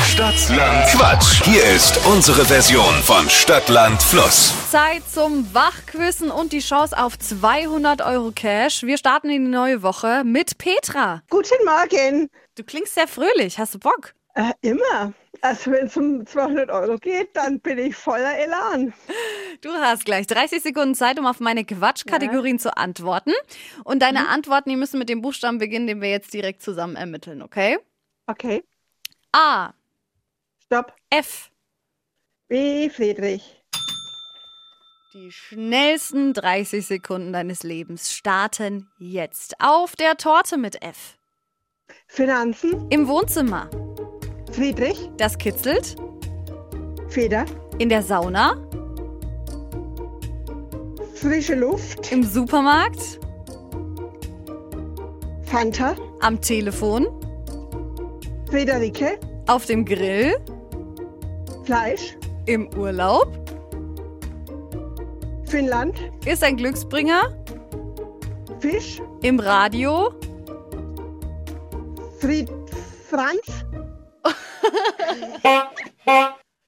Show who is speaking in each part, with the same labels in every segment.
Speaker 1: Stadtland Quatsch. Hier ist unsere Version von Stadtland Fluss.
Speaker 2: Zeit zum Wachquissen und die Chance auf 200 Euro Cash. Wir starten in die neue Woche mit Petra.
Speaker 3: Guten Morgen.
Speaker 2: Du klingst sehr fröhlich. Hast du Bock?
Speaker 3: Äh, immer. Also wenn es um 200 Euro geht, dann bin ich voller Elan.
Speaker 2: Du hast gleich 30 Sekunden Zeit, um auf meine Quatschkategorien zu antworten. Und deine Antworten, die müssen mit dem Buchstaben beginnen, den wir jetzt direkt zusammen ermitteln, okay?
Speaker 3: Okay,
Speaker 2: A,
Speaker 3: stopp.
Speaker 2: F.
Speaker 3: Wie Friedrich.
Speaker 2: Die schnellsten 30 Sekunden deines Lebens starten jetzt. Auf der Torte mit F.
Speaker 3: Finanzen,
Speaker 2: Im Wohnzimmer.
Speaker 3: Friedrich,
Speaker 2: Das kitzelt.
Speaker 3: Feder,
Speaker 2: In der Sauna.
Speaker 3: frische Luft,
Speaker 2: Im Supermarkt.
Speaker 3: Fanta,
Speaker 2: Am Telefon.
Speaker 3: Friederike,
Speaker 2: Auf dem Grill.
Speaker 3: Fleisch,
Speaker 2: Im Urlaub.
Speaker 3: Finnland,
Speaker 2: Ist ein Glücksbringer.
Speaker 3: Fisch,
Speaker 2: Im Radio.
Speaker 3: Fried Franz,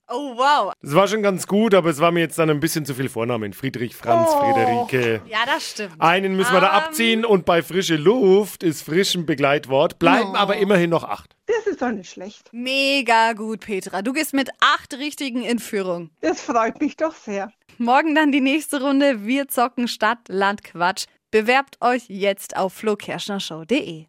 Speaker 2: Oh, wow.
Speaker 4: Es war schon ganz gut, aber es war mir jetzt dann ein bisschen zu viel Vornamen. Friedrich, Franz,
Speaker 3: Oh.
Speaker 4: Friederike.
Speaker 2: Ja, das stimmt.
Speaker 4: Einen müssen wir da
Speaker 2: Ähm.
Speaker 4: abziehen und bei frische Luft ist frisch ein Begleitwort. Bleiben
Speaker 2: No.
Speaker 4: aber immerhin noch acht.
Speaker 3: das ist doch nicht schlecht.
Speaker 2: Mega gut, Petra. Du gehst mit acht richtigen in Führung.
Speaker 3: Das freut mich doch sehr.
Speaker 2: Morgen dann die nächste Runde. Wir zocken Stadt, Land, Quatsch. Bewerbt euch jetzt auf flokerschnershow.de.